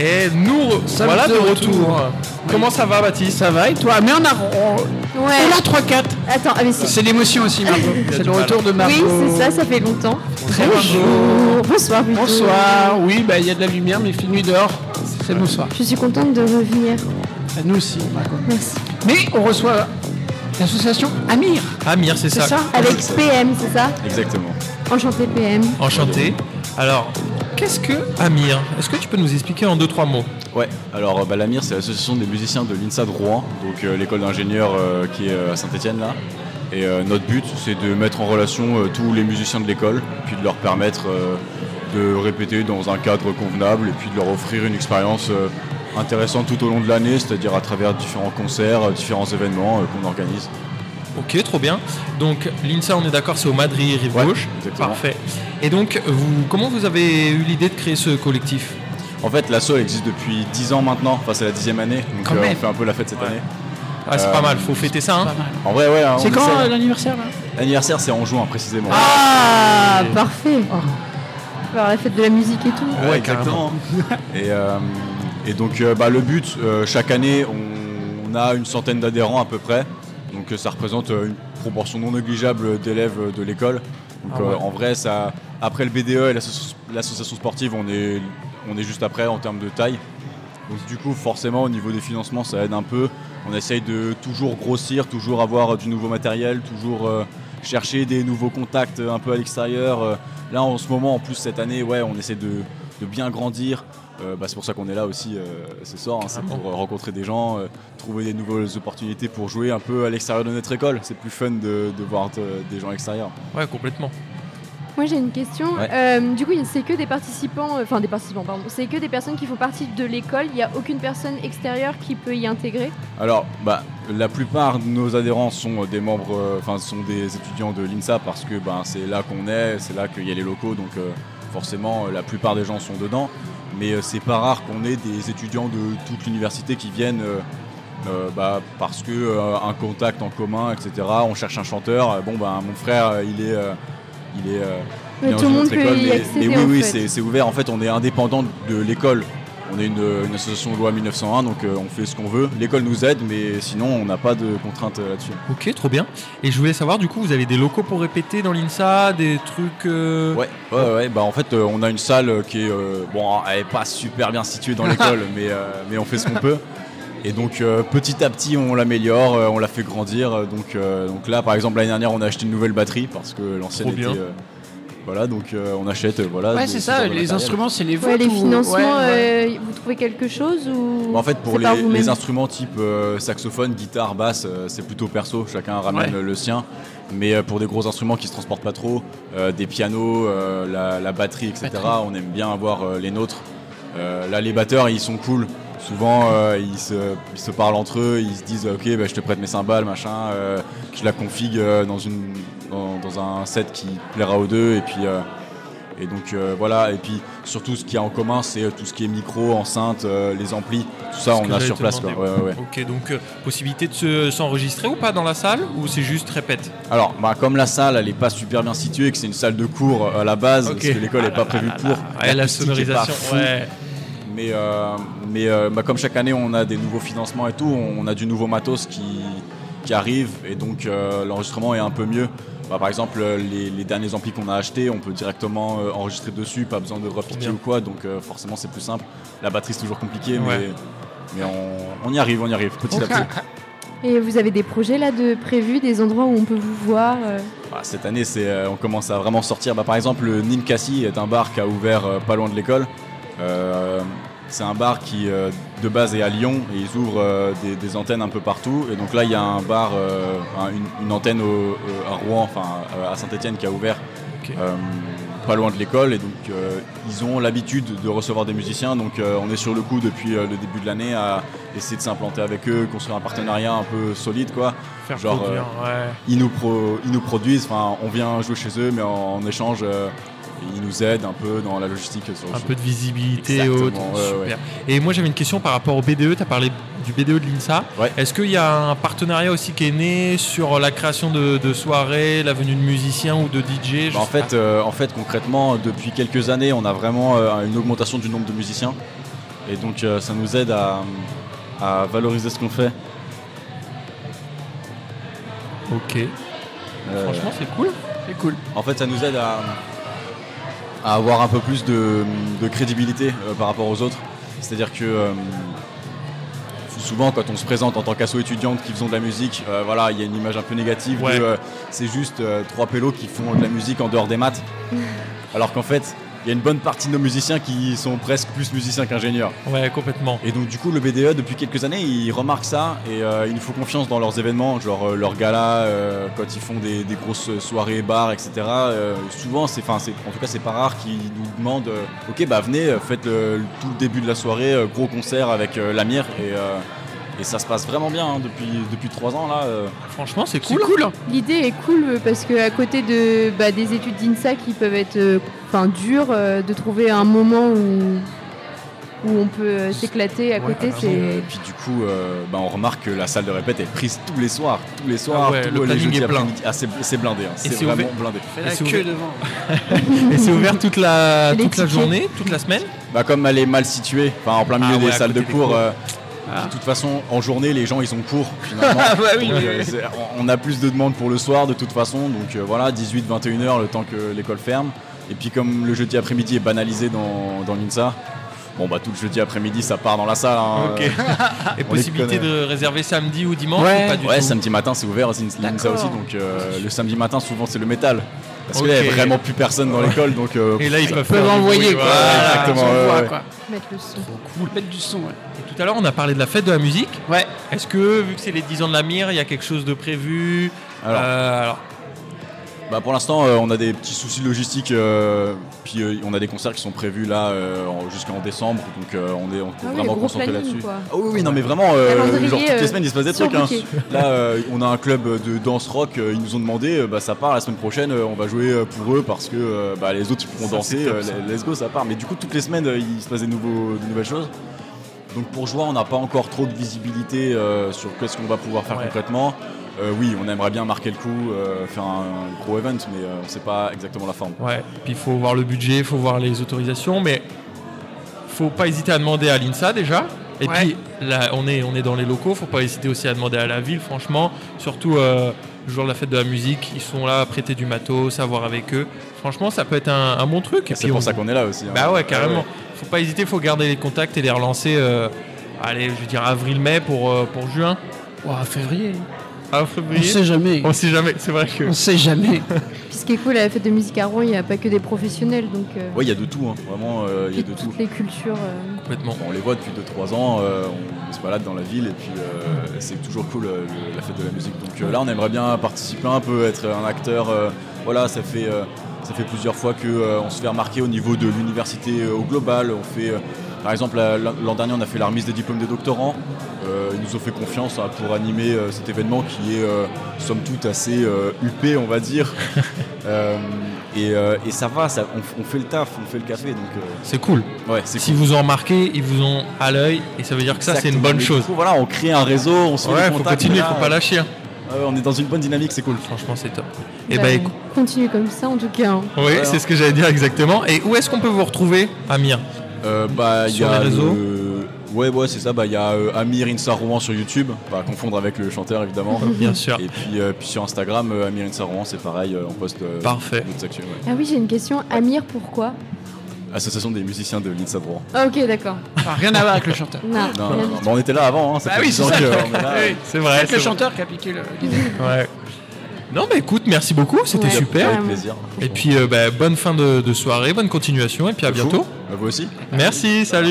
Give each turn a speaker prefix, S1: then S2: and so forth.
S1: Et nous, re-
S2: Sommes
S1: voilà de
S2: de
S1: retour.
S2: retour.
S1: Comment ça va, Baptiste
S2: Ça va et toi Mais on a, on,
S3: Ouais.
S2: on a 3-4.
S3: Attends, ah, mais si.
S2: C'est l'émotion aussi, Margot.
S1: Il y a
S2: C'est
S1: du
S2: le
S1: mal.
S2: retour de Margot.
S3: Oui, c'est ça, ça fait longtemps.
S2: Très bonjour.
S3: Bonjour. Bonsoir. plutôt.
S2: Bonsoir. Oui, bah il y a de la lumière, mais il fait nuit dehors. C'est bonsoir.
S3: Je suis contente de revenir.
S2: À Nous aussi, Margot.
S3: Merci.
S2: Mais on reçoit l'association Amir.
S1: Amir, c'est
S2: C'est
S1: ça.
S2: ça
S3: Avec PM, c'est ça
S4: Exactement.
S3: Enchanté PM.
S1: Enchanté. Alors, qu'est-ce que Amir Est-ce que tu peux nous expliquer en deux, trois mots
S4: Ouais, alors euh, bah, l'AMIR, c'est l'association des musiciens de l'INSA de Rouen, donc euh, l'école d'ingénieurs euh, qui est euh, à Saint-Etienne là. Et euh, notre but, c'est de mettre en relation euh, tous les musiciens de l'école, puis de leur permettre euh, de répéter dans un cadre convenable, et puis de leur offrir une expérience euh, intéressante tout au long de l'année, c'est-à-dire à travers différents concerts, euh, différents événements euh, qu'on organise.
S1: Ok, trop bien. Donc, l'INSA, on est d'accord, c'est au Madrid, rive
S4: Ouais,
S1: gauche.
S4: exactement.
S1: Parfait. Et donc, vous, comment vous avez eu l'idée de créer ce collectif
S4: En fait, l'asso elle existe depuis 10 ans maintenant, enfin c'est la dixième année, donc
S2: Quand
S4: euh,
S2: même.
S4: on fait un peu la fête cette
S1: Ouais.
S4: année.
S1: Ah, c'est
S4: Euh,
S1: pas mal, faut fêter ça. hein.
S2: Pas mal.
S4: En vrai, ouais, hein,
S2: C'est
S4: on
S2: quand
S4: essaie.
S2: euh, l'anniversaire là
S4: L'anniversaire, c'est en juin précisément.
S3: Ah, parfait. Euh. Alors Oh. la fête de la musique et tout.
S1: Ouais,
S4: Ouais,
S1: carrément.
S4: exactement. et, euh, et donc, euh, bah, le but, euh, chaque année, on, on a une centaine d'adhérents à peu près. Donc, euh, ça représente euh, une proportion non négligeable d'élèves euh, de l'école. Donc,
S1: Ah
S4: euh,
S1: ouais.
S4: en vrai, ça, après le BDE et l'asso- l'association sportive, on est, on est juste après en termes de taille. Donc, du coup, forcément, au niveau des financements, ça aide un peu. On essaye de toujours grossir, toujours avoir euh, du nouveau matériel, toujours euh, chercher des nouveaux contacts euh, un peu à l'extérieur. Euh, Là, en ce moment, en plus, cette année, ouais, on essaie de, de bien grandir. Euh, bah, c'est pour ça qu'on est là aussi euh, ce soir. hein. c'est pour euh, rencontrer des gens, euh, trouver des nouvelles opportunités pour jouer un peu à l'extérieur de notre école. C'est plus fun de, de voir euh, des gens extérieurs.
S1: Ouais, complètement.
S3: Moi j'ai une question.
S4: Ouais.
S3: Euh, du coup, c'est que des participants, euh, enfin des participants, pardon. C'est que des personnes qui font partie de l'école. Il n'y a aucune personne extérieure qui peut y intégrer.
S4: Alors, bah, la plupart de nos adhérents sont euh, des membres, euh, enfin, sont des étudiants de l'INSA parce que ben, c'est là qu'on est, c'est là qu'il y a les locaux, donc euh, forcément, euh, la plupart des gens sont dedans. Mais euh, c'est pas rare qu'on ait des étudiants de toute l'université qui viennent euh, euh, bah, parce que euh, un contact en commun, etc. On cherche un chanteur. euh, bon, ben, mon frère, euh, il est, euh, il est, euh,
S3: Mais
S4: il est dans
S3: tout le
S4: une
S3: monde
S4: autre
S3: peut
S4: école,
S3: y
S4: mais,
S3: accéder,
S4: mais
S3: en
S4: oui, oui,
S3: fait.
S4: c'est c'est ouvert. En fait, on est indépendant de l'école. On est une, une association de loi 1901, donc euh, on fait ce qu'on veut. L'école nous aide, mais sinon, on n'a pas de contraintes euh, là-dessus.
S1: Ok, trop bien. Et je voulais savoir, du coup, vous avez des locaux pour répéter dans l'INSA, des trucs. euh,
S4: Ouais, ouais, ouais. Bah, en fait, euh, on a une salle euh, qui est. euh, bon, elle n'est pas super bien située dans l'école, mais, euh, mais on fait ce qu'on peut. Et donc, euh, petit à petit, on l'améliore, euh, on la fait grandir. Euh, Donc, euh, donc là, par exemple, l'année dernière, on a acheté une nouvelle batterie parce que l'ancienne
S1: Trop
S4: était.
S1: bien.
S4: euh, voilà, donc euh, on achète. euh, voilà,
S2: Ouais,
S4: de-
S2: c'est
S4: ce genre
S2: ça.
S4: de
S2: Les
S4: matériel.
S2: instruments, c'est les vôtres.
S3: Ouais, les
S2: ou-
S3: financements,
S2: ouais, ouais.
S3: euh, vous trouvez quelque chose ou
S4: Bah, en fait, pour
S3: c'est
S4: les,
S3: par
S4: les
S3: vous-même
S4: instruments type euh, saxophone, guitare, basse, euh, c'est plutôt perso, chacun ramène
S2: Ouais.
S4: euh, le sien. Mais euh, pour des gros instruments qui se transportent pas trop, euh, des pianos, euh, la, la batterie, etc.,
S2: Batterie.
S4: on aime bien avoir euh, les nôtres. Euh, là, les batteurs, ils sont cool. Souvent, euh, ils, se, ils se parlent entre eux, ils se disent Ok, bah, je te prête mes cymbales, machin, euh, je la config euh, dans, une, dans, dans un set qui plaira aux deux. Et puis. euh, et donc euh, voilà, et puis surtout ce qu'il y a en commun, c'est euh, tout ce qui est micro, enceinte, euh, les amplis, tout ça,
S1: Ce que
S4: on a
S1: j'allais
S4: sur
S1: te
S4: place. Quoi.
S1: demander.
S4: Ouais, ouais, ouais.
S1: Ok, donc euh, possibilité de se- s'enregistrer ou pas dans la salle ou c'est juste répète
S4: Alors, bah, comme la salle, elle n'est pas super bien située, que c'est une salle de cours euh, à la base,
S1: Ok.
S4: parce que l'école n'est pas prévue pour.
S1: Ouais, la
S4: Ah, l'acoustique est pas
S1: sonorisation,
S4: fou.
S1: ouais.
S4: Mais, euh, mais euh, bah, comme chaque année, on a des nouveaux financements et tout, on a du nouveau matos qui, qui arrive et donc euh, l'enregistrement est un peu mieux. Bah, par exemple, euh, les, les derniers amplis qu'on a achetés, on peut directement euh, enregistrer dessus, pas besoin de repiquer
S1: Bien.
S4: ou quoi, donc euh, forcément c'est plus simple. La batterie c'est toujours compliqué,
S1: Ouais.
S4: mais, mais on, on y arrive, on y arrive, petit
S2: Ok.
S4: à petit.
S3: Et vous avez des projets là de prévus, des endroits où on peut vous voir euh,
S4: Bah, cette année, c'est, euh, on commence à vraiment sortir. Bah, par exemple, le Ninkasi est un bar qui a ouvert euh, pas loin de l'école. Euh, c'est un bar qui, euh, de base, est à Lyon et ils ouvrent euh, des, des antennes un peu partout. Et donc là, il y a un bar, euh, un- une, une antenne au- euh, à Rouen, enfin euh, à Saint-Etienne qui a ouvert.
S1: Ok.
S4: euh, pas loin de l'école et donc euh, ils ont l'habitude de recevoir des musiciens donc euh, on est sur le coup depuis euh, le début de l'année à essayer de s'implanter avec eux construire un partenariat un peu solide quoi
S1: Faire
S4: Genre, euh,
S1: produire, ouais.
S4: ils nous, pro- ils nous produisent, enfin on vient jouer chez eux, mais en, en échange, euh, ils nous aident un peu dans la logistique. Sur
S1: un peu de visibilité et
S4: Exactement,
S1: autres.
S4: ouais, ouais.
S1: Super. Et moi j'avais une question par rapport au BDE, tu as parlé du BDE de l'INSA.
S4: Ouais.
S1: Est-ce qu'il y a un partenariat aussi qui est né sur la création de, de soirées, la venue de musiciens ou de DJ je
S4: Bah, en,
S1: sais
S4: fait,
S1: pas.
S4: euh, en fait, concrètement, depuis quelques années, on a vraiment euh, une augmentation du nombre de musiciens. Et donc euh, ça nous aide à, à valoriser ce qu'on fait.
S1: Ok.
S4: Euh,
S1: Franchement, c'est cool.
S2: C'est cool.
S4: En fait, ça nous aide à, à avoir un peu plus de, de crédibilité euh, par rapport aux autres. C'est-à-dire que euh, souvent, quand on se présente en tant qu'asso étudiante qui faisons de la musique, euh, voilà, il y a une image un peu négative
S1: Ouais.
S4: de euh, c'est juste euh, trois pélos qui font de la musique en dehors des maths. Alors qu'en fait, il y a une bonne partie de nos musiciens qui sont presque plus musiciens qu'ingénieurs.
S1: Ouais, complètement.
S4: Et donc du coup le BDE depuis quelques années il remarque ça et euh, il nous faut confiance dans leurs événements, genre euh, leurs galas, euh, quand ils font des, des grosses soirées bars, etc. euh, souvent c'est, enfin c'est, en tout cas c'est pas rare qu'ils nous demandent, euh, ok bah venez euh, faites le, le- tout le début de la soirée euh, gros concert avec euh, la mire et, euh, et ça se passe vraiment bien hein, depuis depuis trois ans là. euh.
S1: Franchement, c'est
S2: C'est
S1: cool.
S2: cool. hein.
S3: L'idée est cool euh, parce que à côté de bah, des études d'INSA qui peuvent être euh, enfin dures, euh, de trouver un moment où où on peut euh, s'éclater à
S1: Ouais,
S3: côté,
S1: t'as
S3: c'est
S4: Et puis du coup, euh, bah, on remarque que la salle de répète est prise tous les soirs, tous les soirs,
S1: Ah ouais,
S4: tous
S1: le
S4: les
S1: planning
S4: jeudis
S1: est plein.
S4: après-midi. Ah, c'est, c'est blindé, hein, c'est
S1: c'est
S4: vraiment
S1: ouvert-
S4: blindé.
S2: Fais
S1: Et
S2: la
S1: c'est
S2: queue devant.
S1: Et c'est ouvert toute la,
S3: Les
S1: toute la
S3: tickets.
S1: journée, toute la semaine.
S4: Bah comme elle est mal située, enfin en plein milieu
S1: Ah ouais, à
S4: des salles de
S1: côté des
S4: cours.
S1: cours.
S4: euh,
S2: Ah.
S4: De toute façon, en journée, les gens ils sont cours finalement.
S1: Ah bah
S4: Donc, euh, c'est- on on a plus de demandes pour le soir de toute façon, donc euh, voilà, 18, 21 heures le temps que l'école ferme. Et puis comme le jeudi après-midi est banalisé dans, dans l'INSA, bon bah tout le jeudi après-midi ça part dans la salle. hein.
S1: Ok.
S4: Euh,
S1: Et
S4: On
S1: possibilité
S4: les connaît.
S1: de réserver samedi ou dimanche
S2: Ouais.
S1: ou pas du
S4: ouais,
S1: tout
S4: samedi matin c'est ouvert aussi, l'INSA
S2: D'accord.
S4: aussi, donc euh, le samedi matin souvent c'est le métal. Parce qu'il
S1: Ok.
S4: n'y a vraiment plus personne dans l'école, donc euh,
S1: Et là, ils peuvent,
S2: Ils peuvent
S1: faire du
S2: envoyer
S1: bruit,
S2: quoi.
S1: voilà.
S4: Ouais, exactement,
S2: Ils
S4: ouais,
S2: envoient,
S4: ouais.
S2: quoi.
S3: mettre le son.
S2: Cool. Mettre du son. Ouais.
S1: Et tout à l'heure, on a parlé de la fête de la musique.
S2: Ouais.
S1: Est-ce que, vu que c'est les 10 ans de la mire, il y a quelque chose de prévu
S4: Alors.
S1: Euh, alors,
S4: Bah pour l'instant, euh, on a des petits soucis logistiques, euh, puis euh, on a des concerts qui sont prévus là euh, en- jusqu'en décembre, donc euh, on est on
S3: Ah
S4: peut
S3: oui,
S4: vraiment
S3: gros
S4: concentré
S3: planning,
S4: là-dessus.
S3: quoi.
S4: Ah oui, oui, non mais vraiment, euh,
S3: Calendrier,
S4: genre toutes
S3: euh,
S4: les semaines il se passe des trucs. hein.
S3: surbooké.
S4: Là, euh, on a un club de danse rock, euh, ils nous ont demandé, euh, bah ça part la semaine prochaine, euh, on va jouer euh, pour eux parce que euh, bah, les autres ils pourront
S1: Ça,
S4: danser,
S1: c'est top,
S4: euh,
S1: ça.
S4: let's go, ça part. Mais du coup, toutes les semaines euh, il se passe des, nouveaux, des nouvelles choses. Donc pour juin, on n'a pas encore trop de visibilité euh, sur qu'est-ce qu'on va pouvoir faire
S1: Ouais.
S4: concrètement. Euh, oui, on aimerait bien marquer le coup, euh, faire un gros event, mais euh, on sait pas exactement la forme.
S1: ouais. Puis il faut voir le budget, il faut voir les autorisations, mais faut pas hésiter à demander à l'INSA déjà. Et
S2: Ouais.
S1: puis là, on est, on est dans les locaux, faut pas hésiter aussi à demander à la ville, franchement. Surtout euh, le jour de la fête de la musique, ils sont là à prêter du matos, savoir avec eux. Franchement, ça peut être un, un bon truc. Et
S4: C'est
S1: puis,
S4: pour
S1: on-
S4: ça qu'on est là aussi. hein.
S1: Bah ouais,
S4: Ah
S1: carrément.
S4: ouais.
S1: Faut pas hésiter, faut garder les contacts et les relancer. euh, allez, je veux dire avril-mai pour, euh, pour juin.
S2: Ouah, février.
S1: Ah,
S2: On
S1: février.
S2: sait jamais.
S1: On sait jamais, c'est vrai que.
S2: On sait jamais.
S3: Puis ce qui est cool à la fête de musique à Rouen, il n'y a pas que des professionnels, donc euh,
S4: Ouais, il y a de tout, hein. vraiment, euh, il y a
S3: puis
S4: de tout.
S3: toutes les cultures. euh,
S1: Complètement.
S4: Bon, on les voit depuis 2-3 ans, euh, on, on se balade dans la ville et puis euh, c'est toujours cool euh, le- la fête de la musique. Donc euh, là, on aimerait bien participer un peu, être un acteur. euh, voilà, ça fait, euh, ça fait plusieurs fois qu'on se fait remarquer au niveau de l'université euh, au global. On fait, euh, par exemple, la- la- l'an dernier, on a fait la remise des diplômes des doctorants. Euh, ils nous ont fait confiance hein, pour animer euh, cet événement qui est, euh, somme toute, assez euh, huppé, on va dire. Euh, et, euh, et ça va, ça- on, on fait le taf, on fait le café. Donc,
S1: C'est cool.
S4: euh, ouais, c'est
S1: Si vous en remarquez, ils vous ont à l'œil et ça veut dire que ça, c'est une
S4: Exactement.
S1: bonne
S4: Mais du
S1: chose.
S4: coup, voilà, on crée un réseau, on se fait
S1: Ouais,
S4: des
S1: faut
S4: contacts,
S1: continuer,
S4: là,
S1: faut pas lâcher. hein.
S4: euh, on est dans une bonne dynamique, c'est cool.
S1: Franchement, c'est top. Et
S3: bah,
S1: bah, écoute,
S3: continue comme ça en tout cas. hein.
S1: oui, c'est ce que j'allais dire exactement. Et où est-ce qu'on peut vous retrouver, Amir
S4: Euh, bah, il y
S1: Sur
S4: a
S1: les réseaux
S4: le- Ouais, ouais, c'est ça. Bah, il y a euh, Amir Insa Rouen sur YouTube, pas à confondre avec le chanteur évidemment.
S1: Bien sûr.
S4: Et puis, euh, puis sur Instagram, euh, Amir Insa Rouen, c'est pareil, euh, on poste euh,
S1: Parfait.
S4: notre section, ouais.
S3: Ah oui, j'ai une question. Amir, pourquoi
S4: Association des musiciens de l'Insa de Rouen.
S3: Ah, Ok, d'accord.
S2: Enfin, rien à voir avec le chanteur.
S3: Non, rien
S4: Non, non,
S3: du
S4: non,
S3: tout.
S4: mais on était là avant, hein, ça
S2: Bah
S4: fait
S2: oui,
S4: 10
S2: c'est
S4: ans
S2: ça.
S4: que, euh, on est là.
S2: Oui.
S1: C'est vrai.
S2: C'est le
S1: c'est
S2: chanteur qui a piqué le.
S1: vrai. Ouais. Non, bah écoute, merci beaucoup, c'était
S3: Ouais.
S1: super.
S4: Avec plaisir.
S1: Et puis, euh, bah, bonne fin de, de soirée, bonne continuation et puis à
S4: Vous
S1: bientôt.
S4: Bah, Vous aussi
S1: Merci, salut.